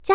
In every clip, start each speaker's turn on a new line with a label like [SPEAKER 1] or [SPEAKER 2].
[SPEAKER 1] 加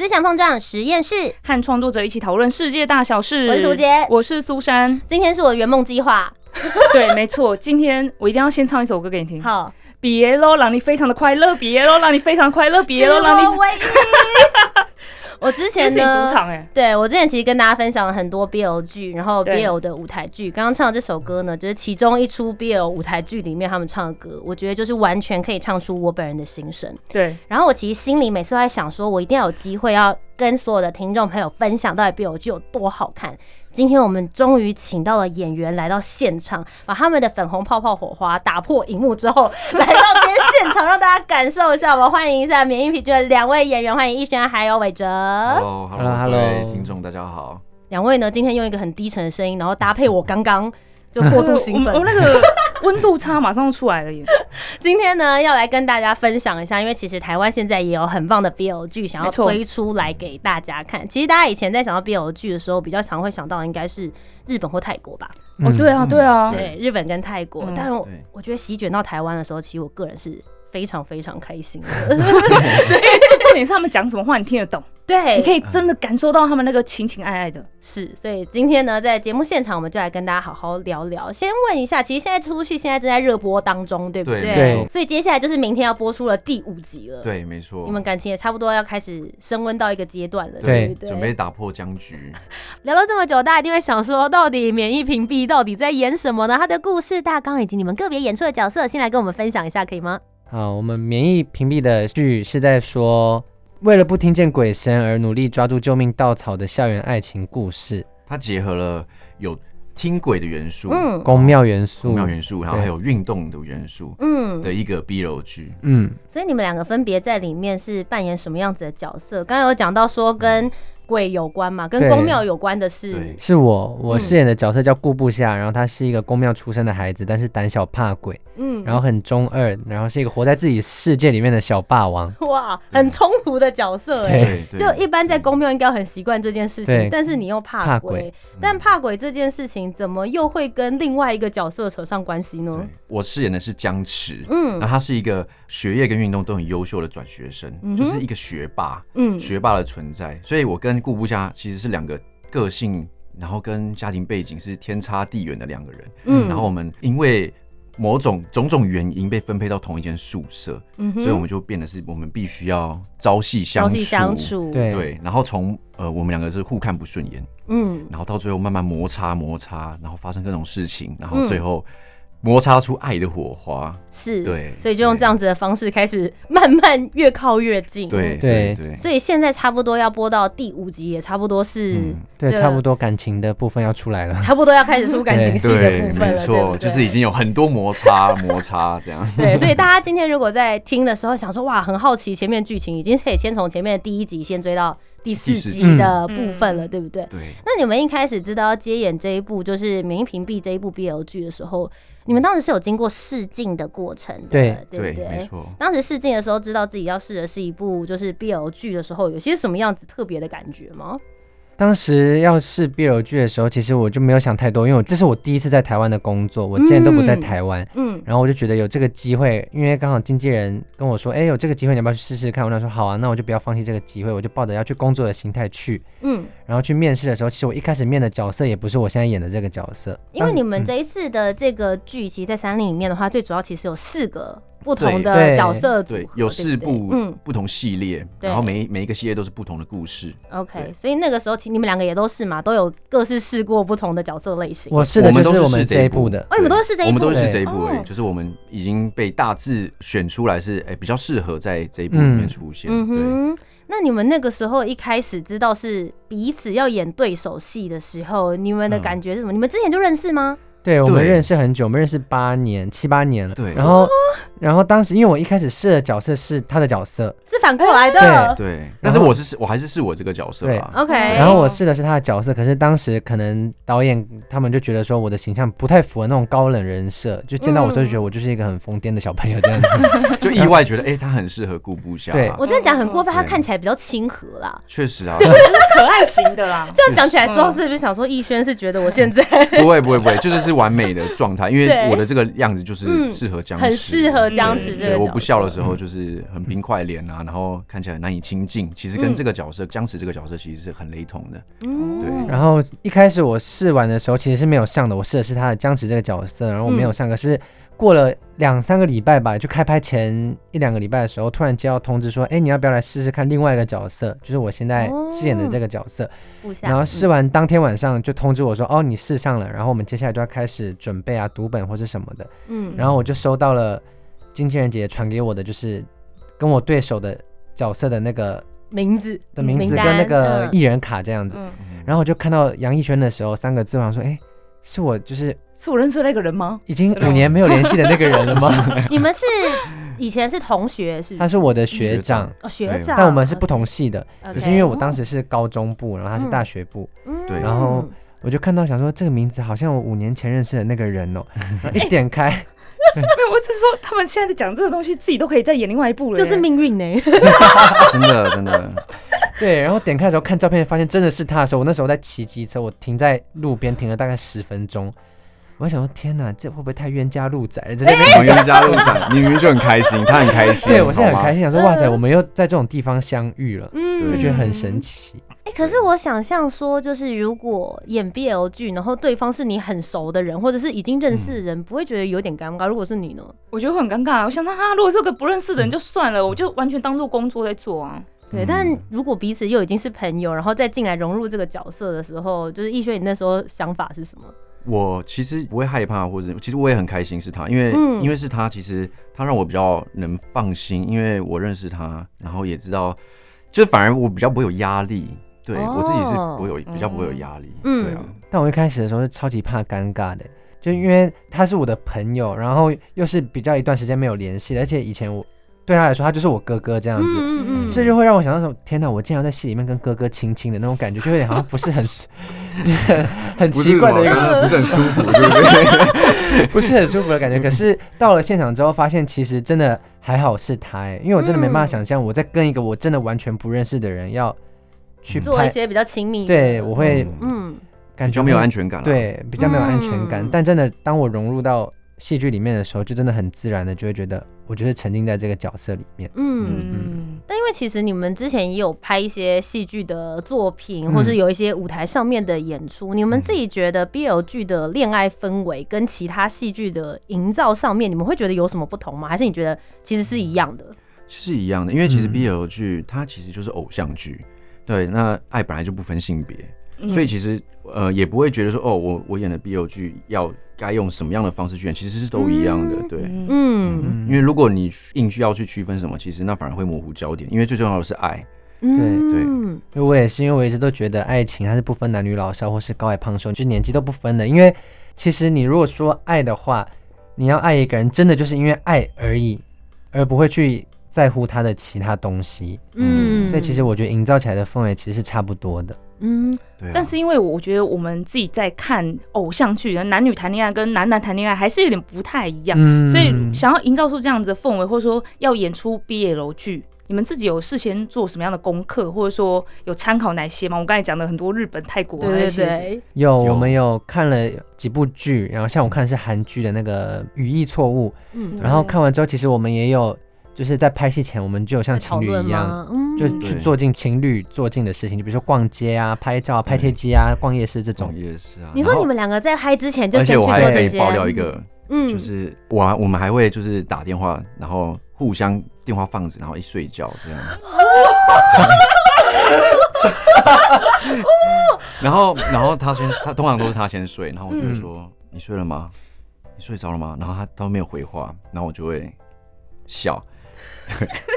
[SPEAKER 1] 思想碰撞实验室。
[SPEAKER 2] 和创作者一起讨论世界大小事。
[SPEAKER 1] 我是涂杰
[SPEAKER 2] 我是苏 珊。
[SPEAKER 1] 今天是我圆梦计划，
[SPEAKER 2] 对，没错，今天我一定要先唱一首歌给你听。
[SPEAKER 1] 好，
[SPEAKER 2] 别喽，让你非常的快乐；别喽，让你非常快乐；别喽，
[SPEAKER 1] 是
[SPEAKER 2] 让
[SPEAKER 1] 我
[SPEAKER 2] 你
[SPEAKER 1] 唯一。我之
[SPEAKER 2] 这
[SPEAKER 1] 前
[SPEAKER 2] 是你
[SPEAKER 1] 呢
[SPEAKER 2] 主，场哎。
[SPEAKER 1] 对我之前其实跟大家分享了很多 BL 剧，然后
[SPEAKER 2] 对
[SPEAKER 1] BL 的舞台剧，刚刚唱的这首歌呢，就是其中一出 BL 舞台剧里面他们唱的歌，我觉得就是完全可以唱出我本人的心声。
[SPEAKER 2] 对，
[SPEAKER 1] 然后我其实心里每次都在想，说我一定要有机会要跟所有的听众朋友分享到底 BL 剧有多好看。今天我们终于请到了演员来到现场，把他们的粉红泡泡火花打破荧幕之后，来到今天现场，让大家感受一下。我们欢迎一下免疫疲倦的两位演员，欢迎逸轩还有伟哲。
[SPEAKER 3] Hello
[SPEAKER 4] Hello，
[SPEAKER 3] 各
[SPEAKER 4] hello
[SPEAKER 3] 位听众大家好。
[SPEAKER 1] 两位呢，今天用一个很低沉的声音，然后搭配我刚刚就过度兴奋
[SPEAKER 2] 我。们我们 那个温度差马上就出来了耶。
[SPEAKER 1] 今天呢，要来跟大家分享一下，因为其实台湾现在也有很棒的 BL 剧想要
[SPEAKER 2] 没错
[SPEAKER 1] 推出来给大家看。其实大家以前在想到 BL 剧的时候，比较常会想到应该是日本或泰国吧，
[SPEAKER 5] 嗯
[SPEAKER 2] 哦，对啊，对啊，
[SPEAKER 1] 对，日本跟泰国。
[SPEAKER 2] 嗯
[SPEAKER 1] 但我
[SPEAKER 3] 对
[SPEAKER 1] 我觉得席卷到台湾的时候，其实我个人是。非常非常开心 的，
[SPEAKER 2] 重点是他们讲什么话你听得懂，
[SPEAKER 1] 对
[SPEAKER 2] 你可以真的感受到他们那个情情爱爱的。
[SPEAKER 1] 是，所以今天呢，在节目现场，我们就来跟大家好好聊聊。先问一下，其实现在出去，现在正在热播当中，对不
[SPEAKER 3] 对
[SPEAKER 1] 对？
[SPEAKER 3] 没
[SPEAKER 1] 所以接下来就是明天要播出的第五集了。
[SPEAKER 3] 对，没错。
[SPEAKER 1] 呃你们感情也差不多要开始升温到一个阶段了，
[SPEAKER 5] 对
[SPEAKER 1] 对不对？
[SPEAKER 3] 准备打破僵局。
[SPEAKER 1] 聊了这么久，大家一定会想说，到底免疫屏蔽到底在演什么呢？他的故事大纲以及你们个别演出的角色，先来跟我们分享一下，可以吗？
[SPEAKER 5] 好，我们免疫屏蔽的剧是在说，为了不听见鬼声而努力抓住救命稻草的校园爱情故事，
[SPEAKER 3] 它结合了有听轨的元素、
[SPEAKER 1] 嗯
[SPEAKER 5] 宫庙元素，
[SPEAKER 3] 古庙元素，然后
[SPEAKER 5] 对
[SPEAKER 3] 还有运动的元素
[SPEAKER 1] 嗯，
[SPEAKER 3] 的一个 BL 剧。
[SPEAKER 5] 嗯，
[SPEAKER 1] 所以你们两个分别在里面是扮演什么样子的角色？刚刚有讲到说跟鬼有关嘛，跟
[SPEAKER 5] 对
[SPEAKER 1] 宫庙有关的是
[SPEAKER 3] 对，
[SPEAKER 5] 是我，我
[SPEAKER 1] 嗯
[SPEAKER 5] 饰演的角色叫顾部下，然后他是一个宫庙出身的孩子，但是胆小怕鬼，
[SPEAKER 1] 嗯，
[SPEAKER 5] 然后很中二，然后是一个活在自己世界里面的小霸王。
[SPEAKER 1] 哇，很冲突的角色哎、
[SPEAKER 5] 对
[SPEAKER 3] 对对，
[SPEAKER 1] 就一般在宫庙应该很习惯这件事情
[SPEAKER 5] 对，
[SPEAKER 1] 但是你又怕鬼，
[SPEAKER 5] 怕鬼
[SPEAKER 3] 嗯
[SPEAKER 1] 但怕鬼这件事情怎么又会跟另外一个角色扯上关系呢
[SPEAKER 3] 对？啊我饰演的是僵持，
[SPEAKER 1] 嗯
[SPEAKER 3] 那他是一个学业跟运动都很优秀的转学生，就是一个学霸，
[SPEAKER 1] 嗯
[SPEAKER 3] 学霸的存在。所以我跟顾不下其实是两个个性，然后跟家庭背景是天差地远的两个人。
[SPEAKER 1] 嗯
[SPEAKER 3] 然后我们因为某种种种原因被分配到同一间宿舍，
[SPEAKER 1] 嗯哼
[SPEAKER 3] 所以我们就变得是我们必须要朝夕
[SPEAKER 1] 朝
[SPEAKER 3] 相处，
[SPEAKER 1] 夕相处，
[SPEAKER 5] 对
[SPEAKER 3] 对。然后从呃我们两个是互看不顺眼，
[SPEAKER 1] 嗯，
[SPEAKER 3] 然后到最后慢慢摩擦摩擦，然后发生各种事情，然后
[SPEAKER 1] 嗯
[SPEAKER 3] 最后摩擦出爱的火花，
[SPEAKER 1] 是，
[SPEAKER 3] 对
[SPEAKER 1] 所以就用这样子的方式开始慢慢越靠越近，
[SPEAKER 3] 对
[SPEAKER 5] 对
[SPEAKER 3] 对对。
[SPEAKER 1] 所以现在差不多要播到第五集，也差不多是、
[SPEAKER 3] 嗯
[SPEAKER 5] 对，
[SPEAKER 1] 这
[SPEAKER 5] 差不多感情的部分要出来了。
[SPEAKER 1] 差不多要开始出感情戏的
[SPEAKER 3] 对，
[SPEAKER 1] 部分了，
[SPEAKER 3] 没
[SPEAKER 1] 对
[SPEAKER 3] 错，
[SPEAKER 1] 不对
[SPEAKER 3] 就是已经有很多摩擦摩擦这样。
[SPEAKER 1] 对，所以大家今天如果在听的时候想说哇，很好奇前面剧情，已经可以先从前面的第一集先追到第四
[SPEAKER 3] 第四
[SPEAKER 1] 集嗯
[SPEAKER 5] 集
[SPEAKER 1] 的部分了，对不对？
[SPEAKER 3] 对，
[SPEAKER 1] 那你们一开始知道要接演这一部就是《免疫屏蔽》这一部 BL 剧的时候，你们当时是有经过试镜的过程的，
[SPEAKER 5] 对
[SPEAKER 1] 对不对？
[SPEAKER 3] 没错。
[SPEAKER 1] 当时试镜的时候，知道自己要试的是一部就是 BL 剧的时候，有些什么样子特别的感觉吗？
[SPEAKER 5] 当时要试 BL 剧的时候，其实我就没有想太多，因为我这是我第一次在台湾的工作，我之前都不在
[SPEAKER 1] 嗯
[SPEAKER 5] 台湾。
[SPEAKER 1] 嗯，
[SPEAKER 5] 然后我就觉得有这个机会，因为刚好经纪人跟我说，哎，有这个机会，你要不要去试试看？我想说好啊，那我就不要放弃这个机会，我就抱着要去工作的心态去。
[SPEAKER 1] 嗯，
[SPEAKER 5] 然后去面试的时候，其实我一开始面的角色也不是我现在演的这个角色，
[SPEAKER 1] 因为
[SPEAKER 5] 当时
[SPEAKER 1] 你们这一次的这个剧集在三令里面的话，最主要其实有四个不同
[SPEAKER 5] 对
[SPEAKER 1] 的
[SPEAKER 5] 对
[SPEAKER 1] 角色组合，
[SPEAKER 3] 对
[SPEAKER 1] 对，
[SPEAKER 3] 有
[SPEAKER 1] 不对
[SPEAKER 3] 四部
[SPEAKER 1] 嗯
[SPEAKER 3] 不同系列，
[SPEAKER 1] 对
[SPEAKER 3] 然后每一每一个系列都是不同的故事。
[SPEAKER 1] ，OK，
[SPEAKER 3] 对
[SPEAKER 1] 所以那个时候其实你们两个也都是嘛，都有各自试过不同的角色类型。
[SPEAKER 5] 我试的
[SPEAKER 3] 们都
[SPEAKER 5] 就啊是
[SPEAKER 3] 是
[SPEAKER 5] 我们
[SPEAKER 3] 试
[SPEAKER 5] 这一
[SPEAKER 3] 一
[SPEAKER 5] 部的。
[SPEAKER 1] 哦你们都是这一
[SPEAKER 3] 我们都
[SPEAKER 1] 部
[SPEAKER 3] 是
[SPEAKER 5] 对
[SPEAKER 3] 这一部而
[SPEAKER 1] 哦
[SPEAKER 3] 已，就是我们已经被大致选出来是哎、比较适合在这一部里面
[SPEAKER 5] 嗯
[SPEAKER 3] 出现，
[SPEAKER 1] 嗯
[SPEAKER 3] 对。
[SPEAKER 1] 哼，那你们那个时候一开始知道是彼此要演对手戏的时候，你们的
[SPEAKER 3] 嗯
[SPEAKER 1] 感觉是什么？你们之前就认识吗？
[SPEAKER 5] 对我们
[SPEAKER 3] 对
[SPEAKER 5] 认识很久，我们认识八年、七八年了。
[SPEAKER 3] 对
[SPEAKER 5] 然后，然后当时因为我一开始试的角色是他的角色，
[SPEAKER 1] 是反过来的。
[SPEAKER 3] 对，但是我是我还是是我这个角色啊
[SPEAKER 5] 对嗯
[SPEAKER 3] 啦。
[SPEAKER 1] OK，
[SPEAKER 5] 然后我试的是他的角色，可是当时可能导演他们就觉得说我的形象不太符合那种高冷人设，就见到我就觉得我就是一个很疯癫的小朋友这样子。
[SPEAKER 3] 就意外觉得，哎、他很适合顾布下。
[SPEAKER 5] 对
[SPEAKER 1] 我真的讲很过分，
[SPEAKER 3] 嗯
[SPEAKER 1] 他看起来比较亲和啦。
[SPEAKER 3] 确实啊，
[SPEAKER 2] 可爱型的 啦。
[SPEAKER 1] 这样讲起来之后，是不是想说逸轩是觉得我现在
[SPEAKER 3] 不会不会不会，就是是完美的状态，因为
[SPEAKER 1] 对
[SPEAKER 3] 我的这个样子就
[SPEAKER 1] 嗯
[SPEAKER 3] 是适合僵尸，
[SPEAKER 1] 很适合僵持这
[SPEAKER 3] 对，
[SPEAKER 1] 个
[SPEAKER 3] 我
[SPEAKER 1] 角
[SPEAKER 3] 不
[SPEAKER 1] 色嗯
[SPEAKER 3] 笑的时候就是很冰块脸啊，然后看起来难以亲近。其实跟这个角色、僵持这个角色其实是很雷同的。对，
[SPEAKER 2] 嗯
[SPEAKER 5] 然后一开始我试完的时候其实是没有上的，我试的是他的僵持这个角色，然后我没有
[SPEAKER 1] 嗯
[SPEAKER 5] 上，可是过了两三个礼拜吧，就开拍前一两个礼拜的时候，突然接到通知说，哎，你要不要来试试看另外一个角色，就是我现在
[SPEAKER 1] 哦
[SPEAKER 5] 饰演的这个角色。
[SPEAKER 1] 不
[SPEAKER 5] 然
[SPEAKER 1] 像
[SPEAKER 5] 后试完当天晚上就通知我说，哦，你试上了，然后我们接下来就要开始准备啊，读本或是什么的。
[SPEAKER 1] 嗯，
[SPEAKER 5] 然后我就收到了经纪人姐姐传给我的，就是跟我对手的角色的那个
[SPEAKER 1] 名字
[SPEAKER 5] 的名字
[SPEAKER 1] 单
[SPEAKER 5] 跟那个
[SPEAKER 1] 嗯
[SPEAKER 5] 艺人卡这样子。
[SPEAKER 2] 嗯，
[SPEAKER 5] 然后我就看到杨逸轩的时候，三个字，我想说，哎，是我就是
[SPEAKER 2] 是我认识的那个人吗？
[SPEAKER 5] 已经五年没有联系的那个人了 吗？
[SPEAKER 1] 你们是以前是同学是不
[SPEAKER 5] 他是我的学
[SPEAKER 3] 学长
[SPEAKER 5] 长，
[SPEAKER 1] 哦学
[SPEAKER 3] 对
[SPEAKER 1] 长，
[SPEAKER 5] 但我们是不同系的，
[SPEAKER 1] OK，
[SPEAKER 5] 只是因为我当时是高中部，然后他是大学部。
[SPEAKER 1] 嗯
[SPEAKER 3] 对
[SPEAKER 5] 然后我就看到想说这个名字好像我五年前认识的那个人 哦，然后一点开，
[SPEAKER 2] 没有，我只是说他们现在在讲这个东西，自己都可以再演另外一部了耶。
[SPEAKER 1] 就是命运呢。
[SPEAKER 3] 真的真的，
[SPEAKER 5] 对，然后点开的时候看照片，发现真的是他的时候，我那时候在骑机车，我停在路边停了大概十分钟，我在想说天哪，这会不会太冤家路窄了？在这边
[SPEAKER 3] 我们家入场， 你明明就很开心，他很开心，
[SPEAKER 5] 哎 对我现在很开
[SPEAKER 3] 心。
[SPEAKER 5] 心，想说哇塞，我们又在这种地方相遇了，
[SPEAKER 1] 嗯
[SPEAKER 5] 就觉得很神奇。
[SPEAKER 1] 哎、可是我想象说，就是如果演 BL 剧，然后对方是你很熟的人，或者是已经认识的人，不会觉得有点尴尬？如果是你呢？
[SPEAKER 2] 我觉得会很尴尬。啊我想到他如果是个不认识的人就算了，我就完全当做工作在做啊。
[SPEAKER 5] 嗯
[SPEAKER 1] 对，但如果彼此又已经是朋友，然后再进来融入这个角色的时候，就是逸轩，你那时候想法是什么？
[SPEAKER 3] 我其实不会害怕，或者其实我也很开心是他，因为、
[SPEAKER 1] 嗯
[SPEAKER 3] 因为是他，其实他让我比较能放心，因为我认识他，然后也知道，就反而我比较不会有压力。对、
[SPEAKER 1] 哦
[SPEAKER 3] 我自己是不会有比较不会有压力，
[SPEAKER 1] 嗯
[SPEAKER 3] 对啊，
[SPEAKER 5] 但我一开始的时候是超级怕尴尬的，就因为他是我的朋友，然后又是比较一段时间没有联系的，而且以前我对他来说，他就是我哥哥这样子。
[SPEAKER 1] 嗯
[SPEAKER 5] 这就会让我想到说，天哪！我竟然在戏里面跟哥哥亲亲的那种感觉，就有点好像不是很很很奇怪的一 个，
[SPEAKER 3] 不是很舒服，是不是？
[SPEAKER 1] 嗯
[SPEAKER 5] 不是很舒服的感觉。可是到了现场之后，发现其实真的还好是他、欸，因为我真的没办法想象我在跟一个我真的完全不认识的人要去
[SPEAKER 1] 做一
[SPEAKER 5] 拍，
[SPEAKER 1] 些比较亲密的，
[SPEAKER 5] 对我会
[SPEAKER 1] 嗯，
[SPEAKER 5] 感觉
[SPEAKER 3] 就没有
[SPEAKER 5] 会
[SPEAKER 3] 安全感了。，啊
[SPEAKER 5] 对，比较没有安全感。
[SPEAKER 1] 嗯
[SPEAKER 5] 但真的，当我融入到戏剧里面的时候，就真的很自然的就会觉得，我就是沉浸在这个角色里面。
[SPEAKER 1] 嗯。
[SPEAKER 2] 嗯，
[SPEAKER 1] 但因为其实你们之前也有拍一些戏剧的作品，或是
[SPEAKER 3] 嗯
[SPEAKER 1] 有一些舞台上面的演出，你们自己觉得 BL 剧的恋爱氛围跟其他戏剧的营造上面，你们会觉得有什么不同吗？还是你觉得其实是一样的？
[SPEAKER 3] 是一样的，因为其实
[SPEAKER 5] 嗯
[SPEAKER 3] BL 剧它其实就是偶像剧，对，那爱本来就不分性别，
[SPEAKER 2] 嗯
[SPEAKER 3] 嗯
[SPEAKER 1] 嗯
[SPEAKER 3] 所以其实呃也不会觉得说哦，我我演的 BL 剧要该用什么样的方式去演，其实是都一样的，对。
[SPEAKER 2] 嗯
[SPEAKER 1] 嗯
[SPEAKER 5] 嗯
[SPEAKER 3] 因为如果你硬需要去区分什么，其实那反而会模糊焦点，因为最重要的是爱。对
[SPEAKER 1] 嗯，
[SPEAKER 5] 因为我也是，因为我一直都觉得爱情它是不分男女老少，或是高矮胖瘦，就是年纪都不分的。因为其实你如果说爱的话，你要爱一个人，真的就是因为爱而已，而不会去在乎他的其他东西。
[SPEAKER 1] 嗯，
[SPEAKER 5] 所以其实我觉得营造起来的氛围其实是差不多的。
[SPEAKER 1] 嗯
[SPEAKER 3] 对、啊，
[SPEAKER 2] 但是因为我觉得我们自己在看偶像剧，男女谈恋爱跟男男谈恋爱还是有点不太一样，
[SPEAKER 5] 嗯
[SPEAKER 2] 所以想要营造出这样子的氛围，或者说要演出 BL 剧，你们自己有事先做什么样的功课，或者说有参考哪些吗？我刚才讲的很多日本、泰国啊那
[SPEAKER 1] 对对
[SPEAKER 2] 些的，
[SPEAKER 1] 对，
[SPEAKER 5] 有，我
[SPEAKER 3] 有
[SPEAKER 5] 们有看了几部剧，然后像我看的是韩剧的那个《语义错误》，
[SPEAKER 1] 嗯，
[SPEAKER 5] 然后看完之后，其实我们也有就是在拍戏前，我们就有像情侣一样，，
[SPEAKER 1] 嗯，
[SPEAKER 5] 就
[SPEAKER 3] 对
[SPEAKER 5] 去做尽情侣做尽的事情，就比如说逛街啊、拍照啊、拍贴机啊、逛夜市这种
[SPEAKER 3] 总。也是啊。
[SPEAKER 1] 你说你们两个在拍之前就
[SPEAKER 3] 然后，而且
[SPEAKER 1] 先去
[SPEAKER 3] 我
[SPEAKER 1] 做
[SPEAKER 3] 还可
[SPEAKER 1] 这
[SPEAKER 3] 以
[SPEAKER 1] 些，
[SPEAKER 3] 爆料一个，
[SPEAKER 1] 嗯
[SPEAKER 3] 就是我啊我们还会就是打电话，然后互相电话放着，然后一睡觉这样。 然后然后他先他通常都是他先睡，然后我
[SPEAKER 2] 嗯
[SPEAKER 3] 就会说、你睡了吗？你睡着了吗？然后他都没有回话，然后我就会笑，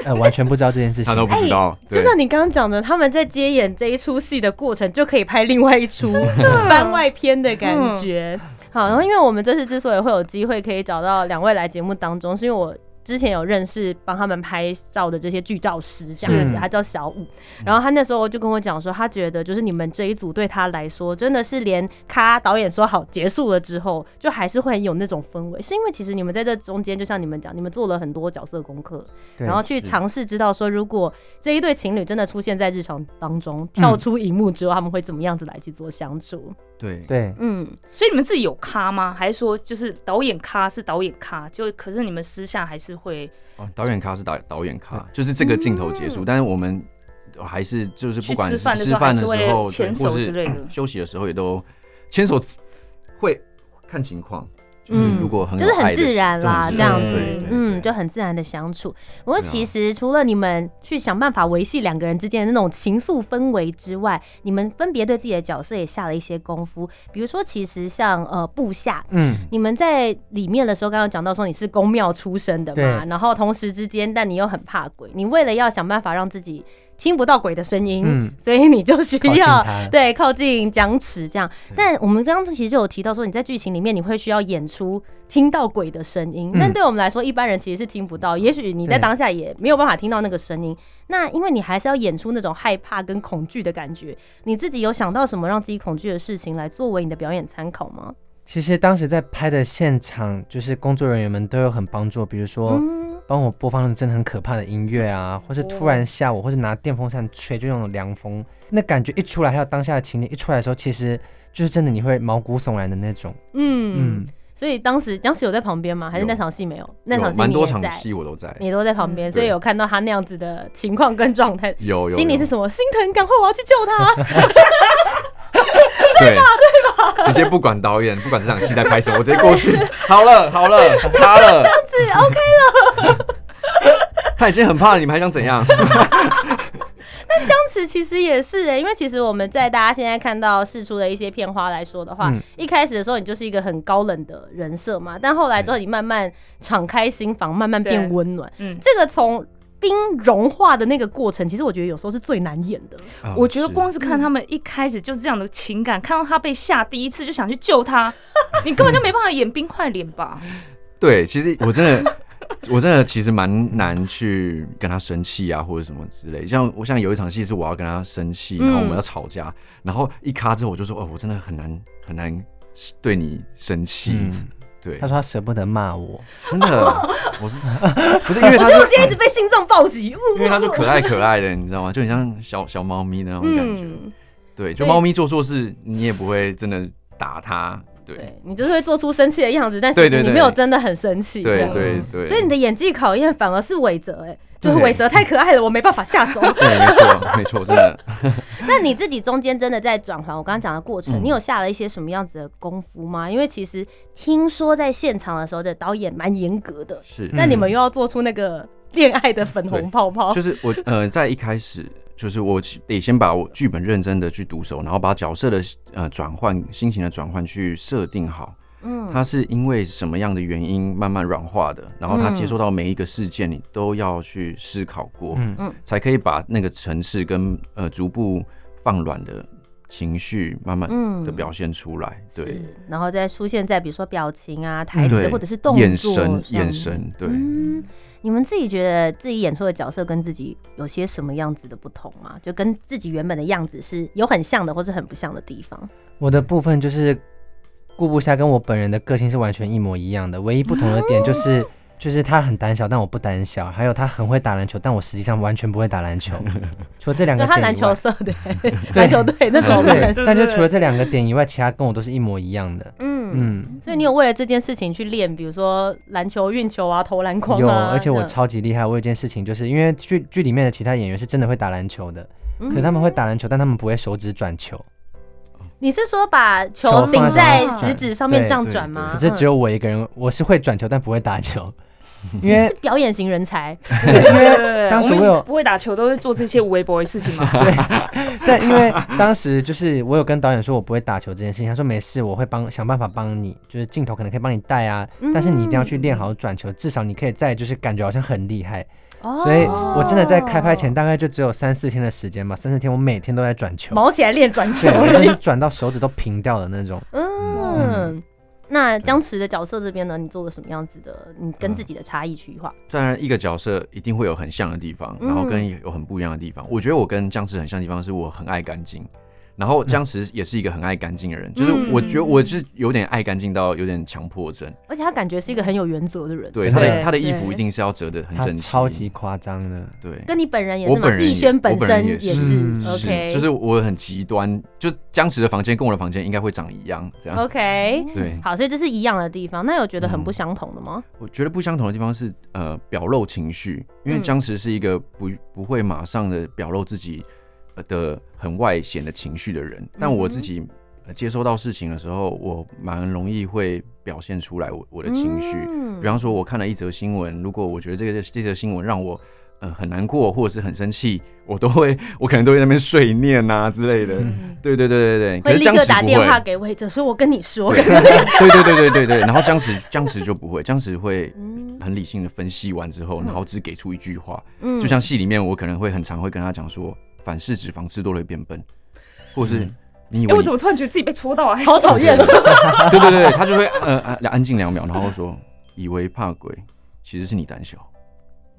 [SPEAKER 5] 呃，完全不知道这件事情。
[SPEAKER 3] 他都不知道。
[SPEAKER 2] 哎
[SPEAKER 1] 就
[SPEAKER 3] 对。
[SPEAKER 1] 像你刚刚讲的，他们在接演这一出戏的过程，就可以拍另外一出番外篇的感觉。好，然后因为我们这次之所以会有机会可以找到两位来节目当中，是因为我。之前有认识帮他们拍照的这些剧照师，这样子，
[SPEAKER 5] 是
[SPEAKER 1] 他叫小五。然后他那时候就跟我讲说，他觉得就是你们这一组对他来说，真的是连咔导演说好结束了之后，就还是会很有那种氛围，是因为其实你们在这中间，就像你们讲，你们做了很多角色功课，
[SPEAKER 5] 对
[SPEAKER 1] 然后去
[SPEAKER 3] 是
[SPEAKER 1] 尝试知道说，如果这一对情侣真的出现在日常当
[SPEAKER 3] 嗯
[SPEAKER 1] 中，跳出荧幕之后，他们会怎么样子来去做相处？
[SPEAKER 3] 对
[SPEAKER 5] 对，
[SPEAKER 1] 嗯，
[SPEAKER 2] 所以你们自己有咖吗？还是说就是导演咖是导演咖，就可是你们私下还是会
[SPEAKER 3] 哦，导演咖是导导演咖，就是这个镜头结束，但是我们还是就是
[SPEAKER 2] 嗯
[SPEAKER 3] 不
[SPEAKER 2] 去
[SPEAKER 3] 管
[SPEAKER 2] 吃
[SPEAKER 3] 是
[SPEAKER 2] 饭的时
[SPEAKER 3] 吃
[SPEAKER 2] 候
[SPEAKER 3] 饭
[SPEAKER 2] 还
[SPEAKER 3] 的
[SPEAKER 2] 是
[SPEAKER 3] 时候，
[SPEAKER 2] 会
[SPEAKER 3] 对
[SPEAKER 2] 牵
[SPEAKER 3] 或
[SPEAKER 2] 手之
[SPEAKER 3] 是啊
[SPEAKER 2] 类的。
[SPEAKER 3] 休息的时候也都牵手，会看情况，就是
[SPEAKER 1] 嗯
[SPEAKER 3] 如果很有
[SPEAKER 1] 就是很
[SPEAKER 3] 爱的
[SPEAKER 1] 自
[SPEAKER 3] 时
[SPEAKER 1] 然
[SPEAKER 3] 就很
[SPEAKER 1] 啦
[SPEAKER 3] 自
[SPEAKER 1] 这
[SPEAKER 3] 然
[SPEAKER 2] 样子
[SPEAKER 3] 对对
[SPEAKER 1] 嗯，
[SPEAKER 3] 对
[SPEAKER 1] 就很自然的相处。不过
[SPEAKER 3] 对啊
[SPEAKER 1] 其实除了你们去想办法维系两个人之间的那种情愫氛围之外，你们分别对自己的角色也下了一些功夫。比如说，其实像呃部下，
[SPEAKER 5] 嗯，
[SPEAKER 1] 你们在里面的时候，刚刚讲到说你是宫庙出身的
[SPEAKER 5] 对
[SPEAKER 1] 嘛，然后同时之间，但你又很怕鬼，你为了要想办法让自己听不到鬼的声音，
[SPEAKER 5] 嗯
[SPEAKER 1] 所以你就需
[SPEAKER 5] 靠近
[SPEAKER 1] 要
[SPEAKER 5] 他
[SPEAKER 1] 对，靠近僵持这样。
[SPEAKER 3] 对
[SPEAKER 1] 但我们刚刚其实就有提到说，你在剧情里面你会需要演出听到鬼的声音，
[SPEAKER 5] 嗯
[SPEAKER 1] 但对我们来说，一般人其实是听不到。也许你在
[SPEAKER 5] 对
[SPEAKER 1] 当下也没有办法听到那个声音。那因为你还是要演出那种害怕跟恐惧的感觉，你自己有想到什么让自己恐惧的事情来作为你的表演参考吗？
[SPEAKER 5] 其实当时在拍的现场，就是工作人员们都有很帮助，比如说
[SPEAKER 1] 嗯，
[SPEAKER 5] 帮我播放真的很可怕的音乐啊，或是突然吓我，或是拿电风扇吹，就那种凉风，那感觉一出来，还有当下的情景一出来的时候，其实就是真的你会毛骨悚然的那种。
[SPEAKER 1] 嗯
[SPEAKER 5] 嗯，
[SPEAKER 1] 所以当时僵持有在旁边吗？还是
[SPEAKER 3] 有
[SPEAKER 1] 那场戏没有？那场
[SPEAKER 3] 有
[SPEAKER 1] 戏
[SPEAKER 3] 蛮
[SPEAKER 1] 你
[SPEAKER 3] 多
[SPEAKER 1] 也
[SPEAKER 3] 场
[SPEAKER 1] 在，
[SPEAKER 3] 戏我都在，
[SPEAKER 1] 你都在旁边，
[SPEAKER 2] 嗯
[SPEAKER 1] 所以有看到他那样子的情况跟状态。
[SPEAKER 3] 有有
[SPEAKER 1] 心里
[SPEAKER 3] 有
[SPEAKER 1] 是什么？心疼，赶快我要去救 他！
[SPEAKER 3] 对吧？对吧？ 直接不管导演，不管这场戏在拍什么，我直接过 去。好了，好了，他了，这样子 OK 了。 他已经很怕了，你们还想怎样？
[SPEAKER 1] 当时其实也是哎、因为其实我们在大家现在看到试出的一些片花来说的话，
[SPEAKER 5] 嗯
[SPEAKER 1] 一开始的时候你就是一个很高冷的人设嘛，但后
[SPEAKER 3] 嗯
[SPEAKER 1] 来之后你慢慢敞开心房，慢慢变
[SPEAKER 2] 对
[SPEAKER 1] 温暖。
[SPEAKER 2] 嗯，
[SPEAKER 1] 这个从冰融化的那个过程，其实我觉得有时候是最难演的。
[SPEAKER 3] 嗯
[SPEAKER 2] 我觉得光是看他们一开始就是这样的情感，看到他被吓第一次就想去救他，你根本就没办法演冰块脸吧？
[SPEAKER 3] 对，其实我真的，我真的其实蛮难去跟他生气啊，或者什么之类。像我像有一场戏是我要跟他生气，然后我们要吵架，然后一咔之后我就说，哦，我真的很难很难对你生气。
[SPEAKER 5] 嗯
[SPEAKER 3] 对
[SPEAKER 5] 他，说他舍不得骂我，
[SPEAKER 3] 真的，我是不是因为他
[SPEAKER 1] 因
[SPEAKER 3] 就
[SPEAKER 1] 为我今天一直被心脏暴击，呜
[SPEAKER 3] 因为它就可爱可爱的，你知道吗？就很像小小猫咪的那种感觉。
[SPEAKER 1] 嗯，
[SPEAKER 3] 对，就猫咪做错事，你也不会真的打它。对，
[SPEAKER 1] 对你就是会做出生气的样子，但其
[SPEAKER 3] 对
[SPEAKER 1] 实
[SPEAKER 3] 对
[SPEAKER 1] 你
[SPEAKER 3] 对
[SPEAKER 1] 没有真的很生气，这
[SPEAKER 3] 对
[SPEAKER 1] 样
[SPEAKER 3] 对
[SPEAKER 5] 嗯
[SPEAKER 3] 对。
[SPEAKER 1] 所以你的演技考验反而是韦哲哎、就是
[SPEAKER 3] 对
[SPEAKER 1] 韦哲太可爱了，我没办法下手。
[SPEAKER 3] 对，没错，没错，真的。
[SPEAKER 1] 那你自己中间真的在转环，我刚刚讲的过程，
[SPEAKER 3] 嗯
[SPEAKER 1] 你有下了一些什么样子的功夫吗？因为其实听说在现场的时候，的导演蛮严格的，
[SPEAKER 3] 是。
[SPEAKER 1] 那、你们又要做出那个恋爱的粉红泡泡，
[SPEAKER 3] 就是我呃，在一开始。就是我呃得先把我剧本认真的去读熟，然后把角色的呃转换、心情的转换去设定好。
[SPEAKER 1] 嗯
[SPEAKER 3] 它是因为什么样的原因慢慢软化的，然后他接受到每一个事件，你都要去思考过。
[SPEAKER 5] 嗯
[SPEAKER 1] 嗯
[SPEAKER 3] 才可以把那个层次跟呃逐步放软的情绪慢慢
[SPEAKER 1] 嗯
[SPEAKER 3] 的表现出来。对嗯
[SPEAKER 1] 是，然后再出现在比如说表情啊、台词
[SPEAKER 3] 对，
[SPEAKER 1] 或者是动作、
[SPEAKER 3] 眼神、眼。神，对。
[SPEAKER 1] 嗯，你们自己觉得自己演出的角色跟自己有些什么样子的不同吗？就跟自己原本的样子是有很像的，或是很不像的地方？
[SPEAKER 5] 我的部分就是顾不下跟我本人的个性是完全一模一样的，唯一不同的
[SPEAKER 1] 啊
[SPEAKER 5] 点就是。就是他很胆小，但我不胆小；还有他很会打篮球，但我实际上完全不会打篮球。除了这两个
[SPEAKER 1] 就
[SPEAKER 5] 点
[SPEAKER 1] 他
[SPEAKER 5] 以外，
[SPEAKER 1] 篮球社 的篮球队那种人，
[SPEAKER 5] 对，但就除了这两个点以外，其他跟我都是一模一样的。
[SPEAKER 1] 嗯。
[SPEAKER 5] 嗯，
[SPEAKER 1] 所以你有为了这件事情去练，比如说篮球运球啊、投篮框
[SPEAKER 5] 有，
[SPEAKER 1] 啊。
[SPEAKER 5] 而且我
[SPEAKER 1] 这样，
[SPEAKER 5] 超级厉害。我有一件事情，就是因为剧剧里面的其他演员是真的会打篮球的，
[SPEAKER 1] 嗯
[SPEAKER 5] 可是他们会打篮球，但他们不会手指转球。
[SPEAKER 1] 你是说把球
[SPEAKER 5] 球放
[SPEAKER 1] 顶在
[SPEAKER 2] 上
[SPEAKER 1] 食指上面
[SPEAKER 5] 对
[SPEAKER 1] 这样
[SPEAKER 3] 对
[SPEAKER 1] 转
[SPEAKER 3] 对
[SPEAKER 1] 吗？
[SPEAKER 5] 可是只
[SPEAKER 1] 有
[SPEAKER 5] 有我一个人，我是会转球，但不会 打球，因为
[SPEAKER 1] 是表演型人才，
[SPEAKER 5] 对因 为
[SPEAKER 2] 对
[SPEAKER 5] 当时
[SPEAKER 2] 我
[SPEAKER 5] 我有
[SPEAKER 2] 们不会打球，都会做这些无微博的事 情嘛。哎
[SPEAKER 5] 但因为当时就是我有跟导演说我不会打球这件事情，他说没事，我会帮想办法帮你，就是镜头可能可以帮你带啊，但是你一定要去练好转球，至少你可以在就是感觉好像很厉害。
[SPEAKER 1] 哦
[SPEAKER 5] 所以我真的在开拍前大概就只有三四天的时间吧，三四天我每天都在转球。
[SPEAKER 1] 毛起来练转球
[SPEAKER 5] 对，我
[SPEAKER 1] 而
[SPEAKER 5] 真
[SPEAKER 1] 已。
[SPEAKER 5] 是转到手指都平掉的那种。
[SPEAKER 1] 嗯。那僵持的角色这边呢，你做了什么样子的？你跟自己的差异区划？
[SPEAKER 3] 当然，一个角色一定会有很像的地方，
[SPEAKER 1] 嗯
[SPEAKER 3] 然后跟有很不一样的地方。我觉得我跟僵持很像的地方是我很爱干净，然后僵持也是一个很爱干净的
[SPEAKER 1] 嗯
[SPEAKER 3] 人，就是我觉得我是有点爱干净到有点强迫症。
[SPEAKER 1] 而且他感觉是一个很有原则的人，
[SPEAKER 3] 对，他的
[SPEAKER 2] 对
[SPEAKER 3] 他的衣服一定是要折得很
[SPEAKER 5] 他
[SPEAKER 3] 整齐，
[SPEAKER 5] 超级夸张的，
[SPEAKER 3] 对。
[SPEAKER 1] 跟你本人也
[SPEAKER 3] 我
[SPEAKER 1] 是吗？
[SPEAKER 3] 本人
[SPEAKER 1] 逸
[SPEAKER 3] 也
[SPEAKER 1] 轩
[SPEAKER 3] 我本
[SPEAKER 1] 身
[SPEAKER 3] 人也
[SPEAKER 1] 也
[SPEAKER 5] 是
[SPEAKER 1] 是
[SPEAKER 5] 嗯
[SPEAKER 3] 是
[SPEAKER 1] OK，
[SPEAKER 3] 就是我很极端，就僵持的房间跟我的房间应该会长一样，这样。
[SPEAKER 1] OK。
[SPEAKER 3] 对，
[SPEAKER 1] 好，所以这是一样的地方。那有觉得
[SPEAKER 5] 嗯
[SPEAKER 1] 很不相同的吗？
[SPEAKER 3] 我觉得不相同的地方是，呃，表露情绪，因为
[SPEAKER 1] 嗯
[SPEAKER 3] 僵持是一个不不会马上的表露自己呃的很外显的情绪的
[SPEAKER 1] 嗯
[SPEAKER 3] 人，但我自己、呃接收到事情的时候，我蛮容易会表现出来我我的情绪。
[SPEAKER 1] 嗯
[SPEAKER 3] 比方说，我看了一则新闻，如果我觉得这个这则新闻让我呃很难过或者是很生气，我都会 我可能都会在那边碎念啊之类的。对对对对对，可
[SPEAKER 1] 嗯会
[SPEAKER 3] 是
[SPEAKER 1] 立
[SPEAKER 3] 僵
[SPEAKER 1] 刻
[SPEAKER 3] 持
[SPEAKER 1] 打
[SPEAKER 3] 不
[SPEAKER 1] 电话
[SPEAKER 3] 会。
[SPEAKER 1] 给魏哲说：“我跟你说。
[SPEAKER 3] 对对对对对对对，然后僵持僵持就不会，僵持会
[SPEAKER 1] 嗯”
[SPEAKER 3] 很理性的分析完之后，然后只给出一句话，
[SPEAKER 1] 嗯
[SPEAKER 3] 就像戏里面我可能会很常会跟他讲说，反式脂肪吃多了会变笨，或者是
[SPEAKER 1] 嗯
[SPEAKER 3] 你以
[SPEAKER 2] 哎，
[SPEAKER 3] 为
[SPEAKER 2] 我
[SPEAKER 3] 你
[SPEAKER 2] 怎么突然觉得自己被戳到啊？
[SPEAKER 1] 好讨厌。
[SPEAKER 3] 对对对，他就会呃安安静两秒，然后说以为怕鬼，其实是你胆小。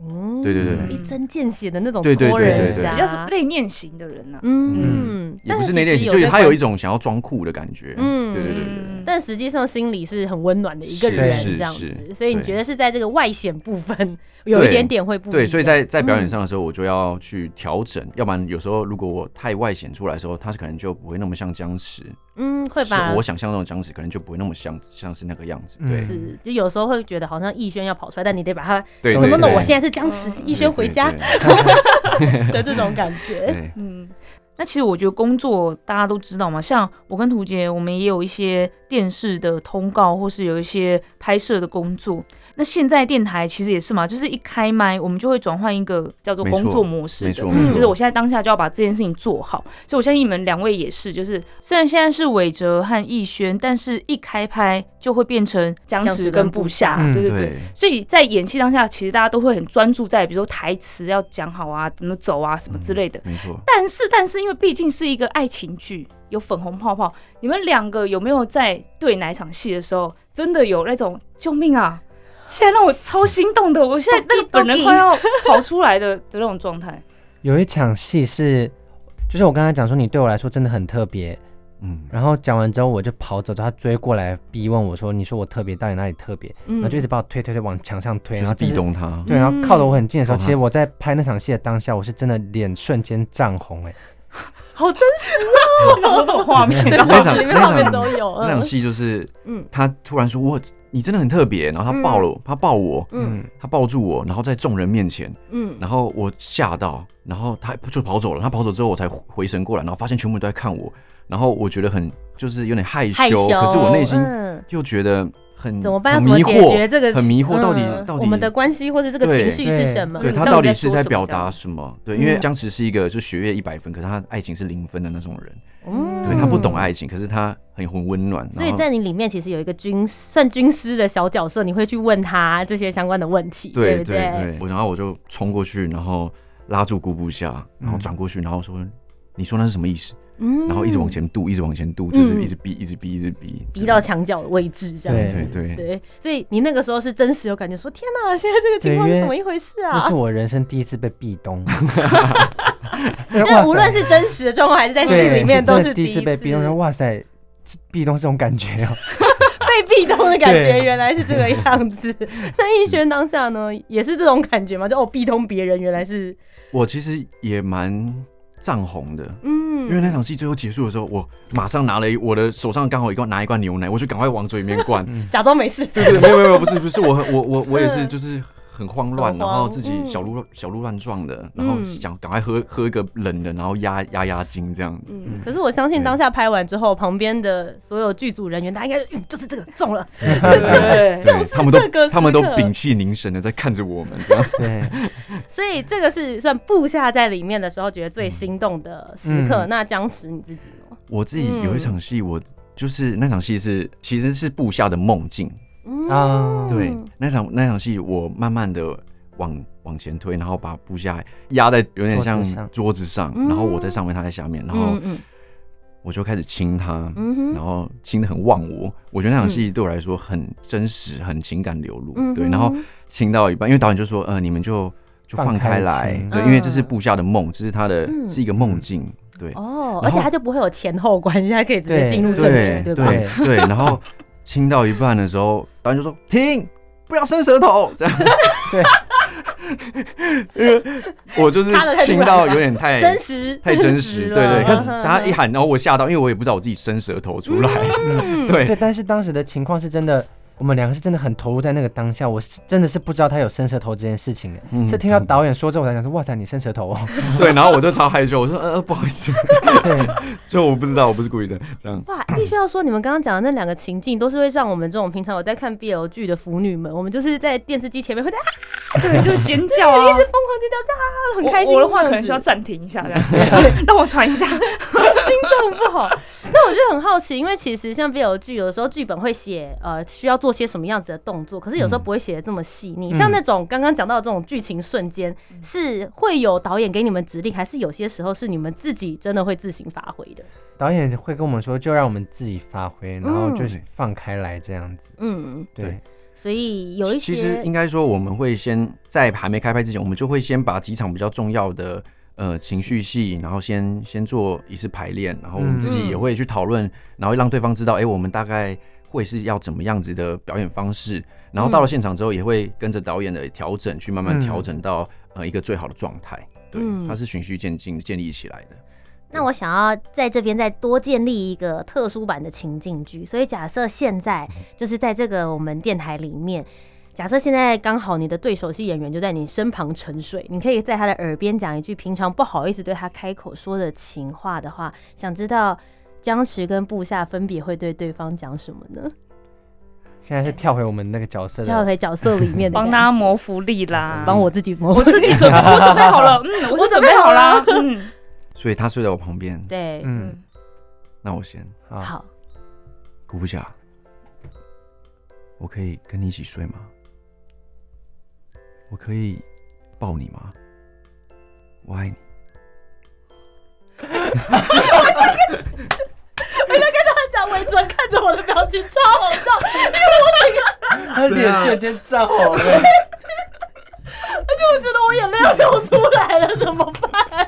[SPEAKER 1] 嗯
[SPEAKER 3] 对对
[SPEAKER 5] 对
[SPEAKER 1] 一针见血的那种
[SPEAKER 3] 对对
[SPEAKER 1] 戳
[SPEAKER 3] 对
[SPEAKER 1] 人
[SPEAKER 5] 对对
[SPEAKER 1] 家，
[SPEAKER 2] 比较是内念型的人呐。
[SPEAKER 1] 嗯，
[SPEAKER 3] 也不
[SPEAKER 1] 但
[SPEAKER 3] 是内敛
[SPEAKER 1] 其
[SPEAKER 3] 型，
[SPEAKER 1] 实
[SPEAKER 3] 就是
[SPEAKER 1] 在
[SPEAKER 3] 他有
[SPEAKER 1] 关
[SPEAKER 3] 一种想要装酷的感觉。
[SPEAKER 1] 嗯
[SPEAKER 3] 嗯，对对对对对。
[SPEAKER 2] 嗯
[SPEAKER 1] 但实际上心里是很温暖的一个人，
[SPEAKER 5] 是
[SPEAKER 3] 是
[SPEAKER 1] 这样子，
[SPEAKER 3] 是
[SPEAKER 1] 所以你
[SPEAKER 3] 对
[SPEAKER 1] 觉得是在这个外显部 分有一点点会不一
[SPEAKER 3] 对，
[SPEAKER 1] 样嗯
[SPEAKER 3] 所以在在表演上的时候，我就要去调整，要不然有时候如果我太外显出来的时候，他可能就不会那么像僵持，
[SPEAKER 1] 嗯会
[SPEAKER 3] 是
[SPEAKER 1] 吧
[SPEAKER 3] 我，想象中的僵持，可能就不会那么像像是那个样子。
[SPEAKER 5] 嗯
[SPEAKER 3] 对，
[SPEAKER 1] 是就有时候会觉得好像逸轩要跑出来，但你得把他
[SPEAKER 3] 对
[SPEAKER 5] 什
[SPEAKER 1] ，no
[SPEAKER 5] 么
[SPEAKER 3] 对
[SPEAKER 1] no
[SPEAKER 5] 都
[SPEAKER 1] no，
[SPEAKER 5] 懂
[SPEAKER 3] 对嗯
[SPEAKER 1] 我现在是僵持，逸轩回家呃
[SPEAKER 3] 对
[SPEAKER 1] 的这种感
[SPEAKER 3] 对
[SPEAKER 1] 觉。
[SPEAKER 3] 对
[SPEAKER 2] 嗯，那其实我觉得工作大家都知道嘛，像我跟涂杰，我们也有一些电视的通告，或是有一些拍摄的工作。那现在电台其实也是嘛，就是一开麦，我们就会转换一个叫做
[SPEAKER 3] 没错
[SPEAKER 2] 工作模式
[SPEAKER 3] 没
[SPEAKER 2] 的，
[SPEAKER 3] 错
[SPEAKER 1] 嗯
[SPEAKER 3] 没
[SPEAKER 2] 就是我
[SPEAKER 3] 错，
[SPEAKER 2] 现在当下就要把这件事情做好，所以我相信你们两位也是，就是虽然现在是伟哲和逸轩，但是一开拍就会变成僵
[SPEAKER 1] 僵持
[SPEAKER 2] 持
[SPEAKER 1] 跟
[SPEAKER 2] 跟
[SPEAKER 1] 部
[SPEAKER 2] 部
[SPEAKER 1] 下
[SPEAKER 2] 下，
[SPEAKER 5] 嗯
[SPEAKER 2] 对对对。
[SPEAKER 3] 对
[SPEAKER 2] 所以在演戏当下，其实大家都会很专注在，比如说台词要讲好啊，怎么走啊，什么之类的。
[SPEAKER 3] 没错。
[SPEAKER 2] 但是，但是，因为毕竟是一个爱情剧，有粉红泡泡，你们两个有没有在对哪一场戏的时候，真的有那种救命啊？现在让我超心动的，我现在那个本人快要跑出来的的那种状态。
[SPEAKER 5] 有一场戏是，就是我刚才讲说你对我来说真的很特别，
[SPEAKER 3] 嗯，
[SPEAKER 5] 然后讲完之后我就跑走，他追过来逼问我说：“你说我特别，到底哪里特别？”
[SPEAKER 1] 嗯
[SPEAKER 5] 然后就一直把我推推推往墙上推，
[SPEAKER 3] 就
[SPEAKER 5] 然
[SPEAKER 3] 是
[SPEAKER 5] 后
[SPEAKER 3] 壁
[SPEAKER 5] 就是
[SPEAKER 3] 咚他，
[SPEAKER 5] 对，然后靠得我很近的时候，
[SPEAKER 3] 嗯
[SPEAKER 5] 其实我在拍那场戏的当下，我是真的脸瞬间涨红哎、
[SPEAKER 1] 好真实，
[SPEAKER 2] 脑中都有画面。
[SPEAKER 1] 然
[SPEAKER 3] 那
[SPEAKER 1] 后
[SPEAKER 3] 场
[SPEAKER 1] 里面
[SPEAKER 3] 那
[SPEAKER 1] 画面
[SPEAKER 3] 场
[SPEAKER 1] 都有，
[SPEAKER 3] 那场
[SPEAKER 1] 嗯
[SPEAKER 3] 戏就是，
[SPEAKER 1] 嗯
[SPEAKER 3] 嗯，他突然说：“我你真的很特别。”然后他抱了我，他抱我，
[SPEAKER 1] 嗯
[SPEAKER 5] 嗯，
[SPEAKER 3] 他抱住我，然后在众人面前，
[SPEAKER 1] 嗯，
[SPEAKER 3] 然后我吓到，然后他就跑走了。他跑走之后，我才回神过来，然后发现全部人都在看我，然后我觉得很就是有点害羞，
[SPEAKER 1] 害羞，
[SPEAKER 3] 可是我内心
[SPEAKER 1] 嗯
[SPEAKER 3] 又觉得很
[SPEAKER 1] 怎么办？要
[SPEAKER 3] 很
[SPEAKER 1] 怎么
[SPEAKER 3] 迷
[SPEAKER 1] 解决
[SPEAKER 3] 惑，
[SPEAKER 1] 这个？
[SPEAKER 3] 很迷惑，到底
[SPEAKER 1] 嗯
[SPEAKER 3] 到底
[SPEAKER 1] 我们的关系或者这个情
[SPEAKER 3] 对
[SPEAKER 1] 绪是什么？
[SPEAKER 3] 对
[SPEAKER 2] 嗯
[SPEAKER 3] 他
[SPEAKER 2] 到底
[SPEAKER 3] 到底
[SPEAKER 2] 在
[SPEAKER 3] 是
[SPEAKER 2] 说什
[SPEAKER 3] 在
[SPEAKER 2] 么
[SPEAKER 3] 表
[SPEAKER 2] 这样
[SPEAKER 3] 达什么？对，因为
[SPEAKER 1] 嗯
[SPEAKER 3] 僵持是一个就学业一百分，可是他爱情是零分的那种人，
[SPEAKER 1] 嗯
[SPEAKER 3] 对他不懂爱情，可是他很很温暖，
[SPEAKER 1] 所
[SPEAKER 3] 然
[SPEAKER 1] 以
[SPEAKER 3] 后
[SPEAKER 1] 在你里面其实有一个军算军师的小角色，你会去问他这些相关的问题，
[SPEAKER 3] 对
[SPEAKER 1] 不
[SPEAKER 3] 对对，我然后我就冲过去，然后拉住姑姑下，然后转过去，然后说：“你说那是什么意思？”
[SPEAKER 1] 嗯
[SPEAKER 3] 然后一直往前渡，一直往前渡，就是
[SPEAKER 1] 嗯
[SPEAKER 3] 一直逼，一直逼，一直逼，
[SPEAKER 1] 逼到墙角的位置，这样
[SPEAKER 3] 对
[SPEAKER 1] 子。
[SPEAKER 3] 对对对
[SPEAKER 1] 对，所以你那个时候是真实有感觉，说天哪，现在这个情况
[SPEAKER 5] 对因
[SPEAKER 1] 是怎
[SPEAKER 5] 为
[SPEAKER 1] 么一回事啊
[SPEAKER 5] 那？是我人生第一次被壁 咚，
[SPEAKER 1] 就是无论是真实的状况还是在戏
[SPEAKER 5] 对
[SPEAKER 1] 里面，都
[SPEAKER 5] 真的
[SPEAKER 1] 是
[SPEAKER 5] 第一次
[SPEAKER 1] 次
[SPEAKER 5] 被壁咚，然后哇塞，这壁咚是这种感 觉哦，
[SPEAKER 1] 被壁咚的感觉，
[SPEAKER 5] 对
[SPEAKER 1] 原来是这个样 子。那逸轩当下呢，也是这种感觉吗？就哦，壁咚别人，原来是
[SPEAKER 3] 我其实也蛮涨红的。
[SPEAKER 1] 嗯，
[SPEAKER 3] 因为那场戏最后结束的时候，我马上拿了一我的手上刚好一罐拿一罐牛奶，我就赶快往嘴里面灌。
[SPEAKER 1] 假装没事，
[SPEAKER 3] 对对，没有没有，不是不是，我我我我也是
[SPEAKER 1] 嗯
[SPEAKER 3] 就是很慌乱，
[SPEAKER 1] 很
[SPEAKER 3] 然
[SPEAKER 1] 慌
[SPEAKER 3] 后自己
[SPEAKER 1] 嗯
[SPEAKER 3] 小鹿小鹿乱撞的，然后
[SPEAKER 1] 嗯
[SPEAKER 3] 想赶快喝喝一个冷的，然后压压压惊这样子。
[SPEAKER 5] 嗯
[SPEAKER 1] 可是我相信当下拍完之后，旁边的所有剧组人员，他应该就、嗯、就是这个中 了，
[SPEAKER 2] 对
[SPEAKER 1] 就
[SPEAKER 3] 对
[SPEAKER 1] 是
[SPEAKER 3] 他们都
[SPEAKER 1] 这个时刻
[SPEAKER 3] 他们都屏气凝神的在看着我们这 样。
[SPEAKER 5] 对，
[SPEAKER 1] 所以这个是算部下在里面的时候觉得最心动的时刻。
[SPEAKER 5] 嗯
[SPEAKER 1] 那僵持你自己呢？
[SPEAKER 3] 我自己有一场戏，我就是那场戏是其实是部下的梦境，
[SPEAKER 1] 嗯
[SPEAKER 5] 啊
[SPEAKER 3] 对，那场那场戏我慢慢的往往前推，然后把部下压在有点像
[SPEAKER 5] 桌子上
[SPEAKER 3] 桌子上，
[SPEAKER 1] 嗯
[SPEAKER 3] 然后我在上面，他在下面，然后
[SPEAKER 1] 嗯嗯
[SPEAKER 3] 我就开始亲他，
[SPEAKER 1] 嗯哼，
[SPEAKER 3] 然后亲的很忘我。我觉得那场戏对我来说很真实，很情感流露。
[SPEAKER 1] 嗯嗯哼
[SPEAKER 3] 对，然后亲到一半，因为导演就说，呃，你们就就
[SPEAKER 5] 放
[SPEAKER 3] 放
[SPEAKER 5] 开
[SPEAKER 3] 开来
[SPEAKER 5] 亲，
[SPEAKER 3] 对，
[SPEAKER 1] 嗯
[SPEAKER 3] 因为这是部下的梦，这是他的
[SPEAKER 1] 嗯
[SPEAKER 3] 是一个梦境，对
[SPEAKER 1] 哦，而
[SPEAKER 3] 然后
[SPEAKER 1] 且他就不会有前后关系，他可以直接
[SPEAKER 5] 对
[SPEAKER 1] 进入正
[SPEAKER 3] 对
[SPEAKER 1] 题，对吧？
[SPEAKER 3] 对对。然后亲到一半的时候，导演就说停。不要伸舌头，这样
[SPEAKER 5] 对，
[SPEAKER 3] 我就是
[SPEAKER 1] 插得太突
[SPEAKER 3] 亲
[SPEAKER 1] 然
[SPEAKER 3] 到
[SPEAKER 1] 了
[SPEAKER 3] 有点太
[SPEAKER 1] 真实，
[SPEAKER 3] 太真实，对对，
[SPEAKER 1] 了嗯
[SPEAKER 3] 看
[SPEAKER 1] 嗯哼
[SPEAKER 3] 他一喊，然后我吓到，因为我也不知道我自己伸舌头出来，对
[SPEAKER 5] 对，但是当时的情况是真的，我们两个是真的很投入在那个当下，我是真的是不知道他有伸舌头这件事情的，欸
[SPEAKER 3] 嗯
[SPEAKER 5] 是听到导演说之后我才想说，哇塞，你伸舌头哦，
[SPEAKER 3] 对，然后我就超害羞，我说呃呃不好意 思，就我不知道，我不是故意的，这样
[SPEAKER 1] 哇，必须要说，你们刚刚讲的那两个情境，都是会让我们这种平常有在看 BL 剧的腐女们，我们就是在电视机前面会在啊
[SPEAKER 2] 对，就是尖叫 啊，
[SPEAKER 1] 疯狂尖叫，啊，很
[SPEAKER 2] 我
[SPEAKER 1] 开心。
[SPEAKER 2] 我的话
[SPEAKER 1] 这样子
[SPEAKER 2] 可能需要暂停一下，这 样让我喘 一下。
[SPEAKER 1] 心脏不 好。那我就很好奇，因为其实像 BL 剧，有的时候剧本会写呃需要做些什么样子的动作，可是有
[SPEAKER 2] 嗯
[SPEAKER 1] 时候不会写的这么细腻。像那种刚刚讲到的这种剧情瞬间，
[SPEAKER 2] 嗯
[SPEAKER 1] 是会有导演给你们指令，还是有些时候是你们自己真的会自行发挥的？
[SPEAKER 5] 导演会跟我们说，就让我们自己发挥，然后就是放开来这样子，
[SPEAKER 1] 嗯，
[SPEAKER 5] 对
[SPEAKER 3] 对，
[SPEAKER 1] 所以有一些
[SPEAKER 3] 其实应该说，我们会先在还没开拍之前，我们就会先把几场比较重要的呃情绪戏，然后先先做一次排练，然后我们自
[SPEAKER 1] 嗯
[SPEAKER 3] 己也会去讨论，然后让对方知道，哎、我们大概会是要怎么样子的表演方式。然后
[SPEAKER 1] 嗯
[SPEAKER 3] 到了现场之后，也会跟着导演的调整去慢慢
[SPEAKER 5] 嗯
[SPEAKER 3] 调整到呃一个最好的状态。对
[SPEAKER 1] 嗯，
[SPEAKER 3] 它是循序渐进建立起来的。
[SPEAKER 1] 那我想要在这边再多建立一个特殊版的情境剧，所以假设现在
[SPEAKER 5] 嗯
[SPEAKER 1] 就是在这个我们电台里面，假设现在刚好你的对手戏演员就在你身旁沉睡，你可以在他的耳边讲一句平常不好意思对他开口说的情话的话，想知道僵持跟部下分别会对对方讲什么呢？
[SPEAKER 5] 现在是跳回我们那个角色
[SPEAKER 1] 跳
[SPEAKER 5] 的，
[SPEAKER 1] 回角色里面的
[SPEAKER 2] 帮
[SPEAKER 1] 感觉
[SPEAKER 2] 大家，谋福利啦，
[SPEAKER 1] 帮我自己摸，我
[SPEAKER 2] 自己准，我准备好了，嗯，我是准备好啦，嗯，
[SPEAKER 3] 所以他睡在我旁边，
[SPEAKER 1] 对，
[SPEAKER 5] 嗯，
[SPEAKER 3] 那我先，
[SPEAKER 5] 好，
[SPEAKER 1] 好，
[SPEAKER 3] 姑家，我可以跟你一起睡吗？我可以抱你吗？我爱你。
[SPEAKER 1] 他讲韦泽看着我的表情超好笑，
[SPEAKER 5] 他啊的脸瞬间涨红了，
[SPEAKER 1] 我觉得我眼泪要流出来了，怎么办？
[SPEAKER 2] 而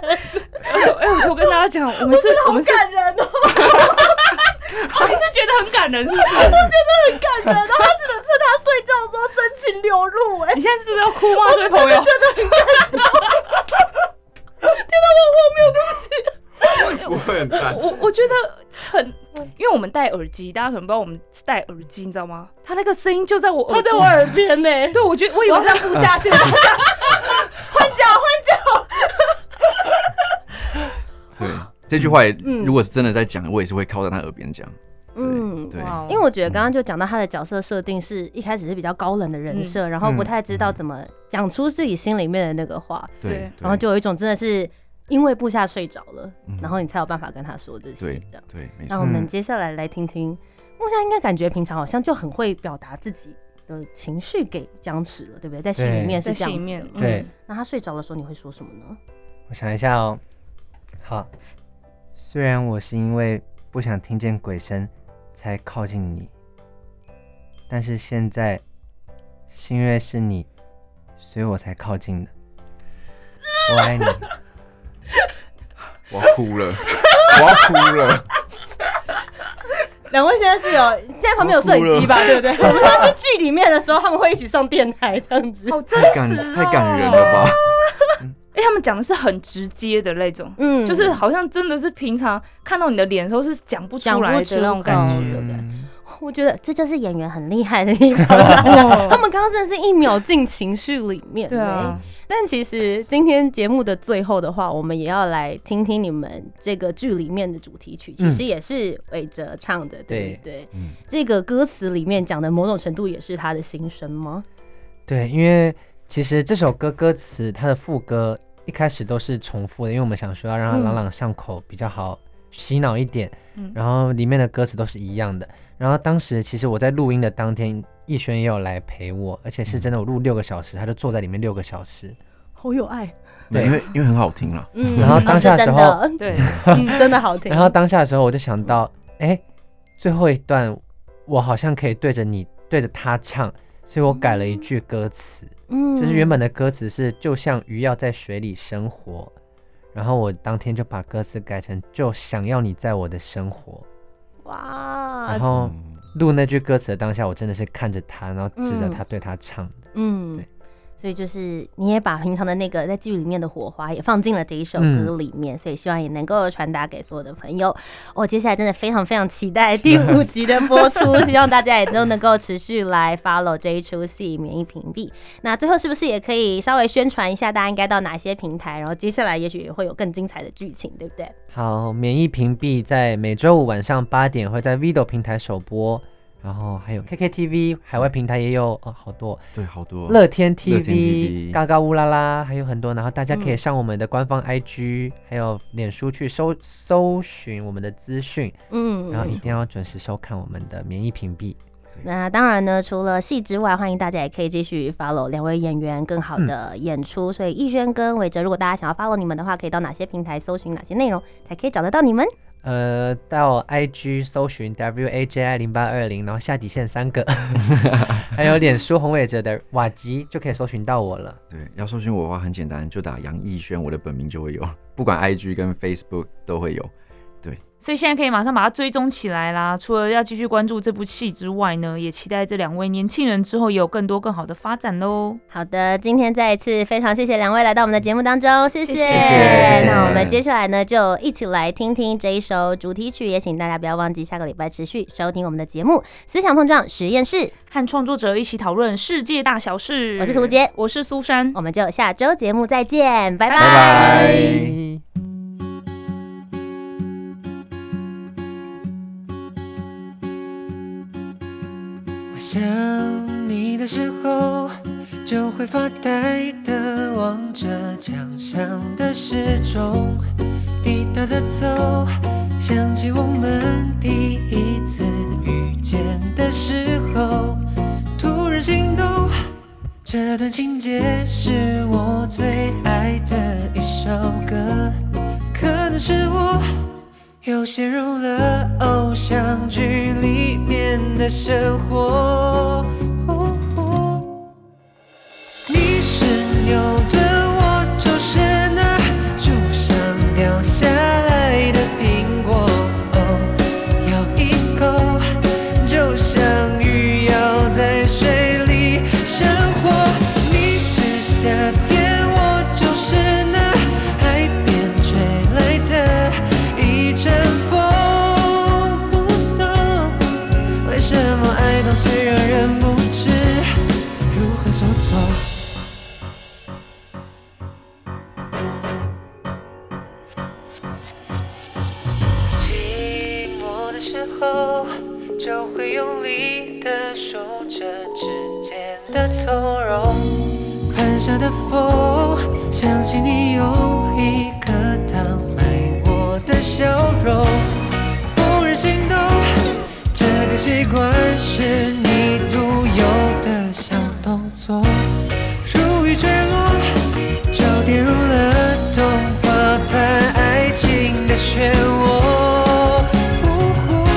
[SPEAKER 2] 且， 哎，我就跟大家讲，我们是，我们是，
[SPEAKER 1] 感人哦。
[SPEAKER 2] 你是觉得很感人，是不是？
[SPEAKER 1] 感人，然后他只能趁他睡觉的时候真情流露、哎，
[SPEAKER 2] 你现在是要哭吗，这位朋友？
[SPEAKER 3] 我很赞，
[SPEAKER 2] 我我觉得很，因为我们戴耳机，大家可能不知道我们戴耳机，你知道吗？他那个声音就在我耳，
[SPEAKER 1] 他在我耳边呢、
[SPEAKER 2] 对，我觉得我以
[SPEAKER 1] 我
[SPEAKER 2] 为
[SPEAKER 1] 要
[SPEAKER 2] 在
[SPEAKER 1] 在部下现在换脚换脚，
[SPEAKER 3] 对这句话也，如果是真的在讲，我也是会靠在他耳边讲。
[SPEAKER 1] 嗯
[SPEAKER 3] 对对，
[SPEAKER 2] 哇哦
[SPEAKER 1] 因为我觉得刚刚就讲到他的角色设定是一开始是比较高冷的人设，然后不太知道怎么讲出自己心里面的那个话，
[SPEAKER 3] 对
[SPEAKER 2] 对，
[SPEAKER 1] 然后就有一种真的是因为部下睡着了，
[SPEAKER 3] 嗯
[SPEAKER 1] 然后你才有办法跟他说这些
[SPEAKER 3] 对
[SPEAKER 1] 这样。
[SPEAKER 3] 对，没
[SPEAKER 1] 那
[SPEAKER 3] 错。
[SPEAKER 1] 我们接下来来听听木下，应该感觉平常好像就很会表达自己的情绪给僵持了，对不对？在戏里面是
[SPEAKER 2] 在
[SPEAKER 1] 这样
[SPEAKER 2] 戏
[SPEAKER 1] 子
[SPEAKER 2] 里
[SPEAKER 1] 的
[SPEAKER 2] 面，嗯
[SPEAKER 5] 对，
[SPEAKER 1] 那他睡着的时候你会说什么呢？
[SPEAKER 5] 我想一下哦。好，虽然我是因为不想听见鬼声才靠近你，但是现在是因为是你，所以我才靠近的。我爱你，
[SPEAKER 3] 我要哭了， 我要哭了。
[SPEAKER 1] 两位现在是有，现在旁边有摄影机吧，对不对？我们当时剧里面的时候，他们会一起上电台这样子。
[SPEAKER 2] 好真
[SPEAKER 3] 太感
[SPEAKER 2] 实、哦，
[SPEAKER 3] 太感人了吧？
[SPEAKER 2] 哎、他们讲的是很直接的那种，
[SPEAKER 1] 嗯
[SPEAKER 2] 就是好像真的是平常看到你的脸的时候是讲不出来的那种感
[SPEAKER 1] 讲不出口
[SPEAKER 2] 觉。
[SPEAKER 1] 对不对
[SPEAKER 5] 嗯
[SPEAKER 1] 我觉得这就是演员很厉害的地方 啦。他们刚刚真的是一秒进情绪里面。欸
[SPEAKER 2] 对啊，
[SPEAKER 1] 但其实今天节目的最后的话，我们也要来听听你们这个剧里面的主题
[SPEAKER 5] 嗯
[SPEAKER 1] 曲，其实也是韦哲唱的，对不对？
[SPEAKER 3] 嗯
[SPEAKER 1] 这个歌词里面讲的某种程度也是他的心声吗？
[SPEAKER 5] 对，因为其实这首歌歌词它的副歌一开始都是重复的，因为我们想说要让它朗朗上口，比较好洗脑一点。
[SPEAKER 2] 嗯
[SPEAKER 5] 然后里面的歌词都是一样的。然后当时其实我在录音的当天，逸轩也有来陪我，而且是真的，我录六个小时，他就坐在里面六个小时。
[SPEAKER 1] 好有爱，
[SPEAKER 3] 对，因为因为很好听啦。
[SPEAKER 1] 嗯
[SPEAKER 5] 然后当下的时候
[SPEAKER 1] 真
[SPEAKER 2] 对，
[SPEAKER 1] 的嗯真的好听。
[SPEAKER 5] 然后当下的时候，我就想到，哎，最后一段我好像可以对着你对着他唱，所以我改了一句歌词，
[SPEAKER 1] 嗯
[SPEAKER 5] 就是原本的歌词是“就像鱼要在水里生活”，然后我当天就把歌词改成“就想要你在我的生活”。
[SPEAKER 1] 哇，
[SPEAKER 5] 然后
[SPEAKER 3] 嗯
[SPEAKER 5] 录那句歌词的当下，我真的是看着他，然后指着
[SPEAKER 1] 嗯
[SPEAKER 5] 他对他唱。
[SPEAKER 1] 嗯
[SPEAKER 5] 对，
[SPEAKER 1] 所以就是你也把平常的那个在剧里面的火花也放进了这一首
[SPEAKER 5] 嗯
[SPEAKER 1] 歌里面，所以希望也能够传达给所有的朋友。我、接下来真的非常非常期待第五集的播 出，希望大家也都能够持续来 follow 这一出戏《免疫屏蔽》。那最后是不是也可以稍微宣传一下，大家应该到哪些平台？然后接下来也许也会有更精彩的剧情，对不对？
[SPEAKER 5] 好，免疫屏蔽在每周五晚上八点会在 Vido 平台首播，然后还有 KKTV 海外平台也有哦，好多
[SPEAKER 3] 对，好多
[SPEAKER 5] 哦乐天
[SPEAKER 3] 天
[SPEAKER 5] TV、
[SPEAKER 3] TV
[SPEAKER 5] 嘎嘎乌拉拉，还有很多。然后大家
[SPEAKER 1] 嗯
[SPEAKER 5] 可以上我们的官方 IG，、还有脸书去搜搜寻我们的资讯，
[SPEAKER 1] 嗯，
[SPEAKER 5] 然后一定要准时收看我们的免疫屏蔽。
[SPEAKER 1] 那当然呢，除了戏之外，欢迎大家也可以继续 follow 两位演员更好的演出。所以逸轩跟韦哲，如果大家想要 follow 你们的话，可以到哪些平台搜寻哪些内容，才可以找得到你们？
[SPEAKER 5] 呃，到 IG 搜寻 WAJI 零八二零，然后下底线三个， 还有脸书宏伟哲的瓦吉就可以搜寻到我了。
[SPEAKER 3] 对，要搜寻我的话很简单，就打杨逸轩，我的本名就会有，不管 IG 跟 Facebook 都会有。
[SPEAKER 2] 所以现在可以马上把它追踪起来啦。除了要继续关注这部戏之外呢，也期待这两位年轻人之后有更多更好的发展喽。
[SPEAKER 1] 好的，今天再一次非常谢谢两位来到我们的节目当中，谢谢。
[SPEAKER 2] 谢谢
[SPEAKER 1] 那我们接下来呢，就一起来听听这一首主题曲，也请大家不要忘记下个礼拜持续收听我们的节目《思想碰撞实验室》，
[SPEAKER 2] 和创作者一起讨论世界大小事。
[SPEAKER 1] 我是涂杰
[SPEAKER 2] 我是苏珊。
[SPEAKER 1] 我们就下周节目再见，拜拜
[SPEAKER 3] 拜拜。
[SPEAKER 6] 我想你的时候，就会发呆的望着墙上的时钟，滴答的走，想起我们第一次遇见的时候，突然心动。这段情节是我最爱的一首歌，可能是我又陷入了偶像剧里面的生活。你是牛顿，我就是那树上掉下来的苹果，哦咬一口，就像鱼要在水里生活。你是夏天，我就是那海边吹来的一阵风，不懂。为什么爱总是让人不知如何所措？寂寞的时候，就会用力地数着指尖的从容。翻下的风，想起你用一颗糖买我的笑容，怦然心动。这个习惯是你独有的小动作，如雨坠落，就跌入了童话般爱情的漩涡。呜呼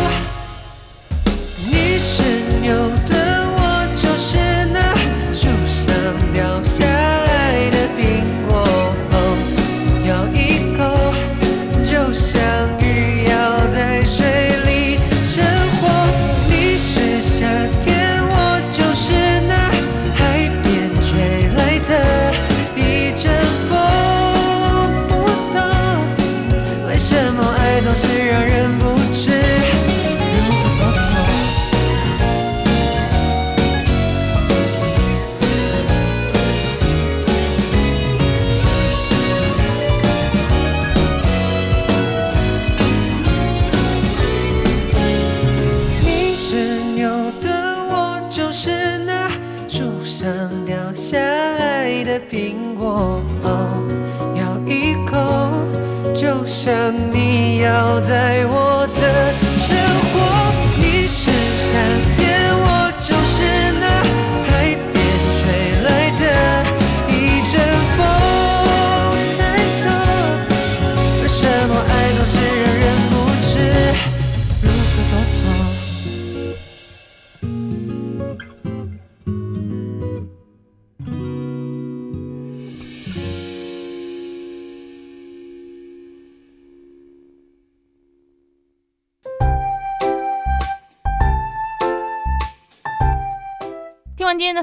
[SPEAKER 6] 你是牛顿，我就是那树上掉下来的苹果，哦咬一口，就像鱼要在水里生活。你是夏天，我就是那海边吹来的一阵风，不懂。为什么爱总是让人不知如何所措？你是牛顿，我就是那树上掉下来的苹果，哦咬一口，就像你要在我的生活。你是夏天，我就是那海边吹来的一阵风，
[SPEAKER 2] 完今天的